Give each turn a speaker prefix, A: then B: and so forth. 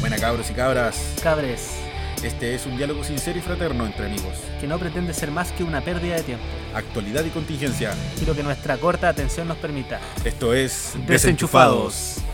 A: Buena cabros y cabras.
B: Cabres,
A: Este es un diálogo sincero y fraterno entre amigos.
B: que no pretende ser más que una pérdida de tiempo,
A: Actualidad y contingencia.
B: y lo que nuestra corta atención nos permita.
A: Esto es
B: Desenchufados.
A: Desenchufados.